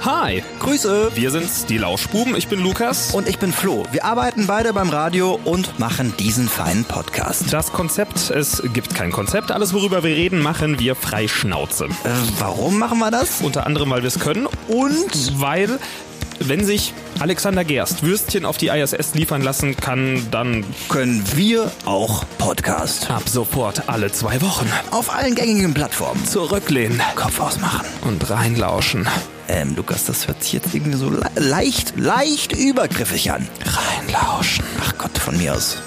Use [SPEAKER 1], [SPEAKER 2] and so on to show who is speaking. [SPEAKER 1] Hi, Grüße. Wir sind's, die Lauschbuben. Ich bin Lukas.
[SPEAKER 2] Und ich bin Flo. Wir arbeiten beide beim Radio und machen diesen feinen Podcast.
[SPEAKER 1] Das Konzept, es gibt kein Konzept. Alles, worüber wir reden, machen wir frei Schnauze.
[SPEAKER 2] Äh, warum machen wir das?
[SPEAKER 1] Unter anderem, weil wir es können und weil, wenn sich Alexander Gerst Würstchen auf die ISS liefern lassen kann, dann
[SPEAKER 2] Können wir auch Podcast.
[SPEAKER 1] ab sofort alle zwei Wochen
[SPEAKER 2] Auf allen gängigen Plattformen.
[SPEAKER 1] zurücklehnen
[SPEAKER 2] Kopf ausmachen.
[SPEAKER 1] und reinlauschen.
[SPEAKER 2] Ähm, Lukas, das hört sich jetzt irgendwie so le leicht, leicht übergriffig an.
[SPEAKER 1] Reinlauschen.
[SPEAKER 2] Ach Gott, von mir aus.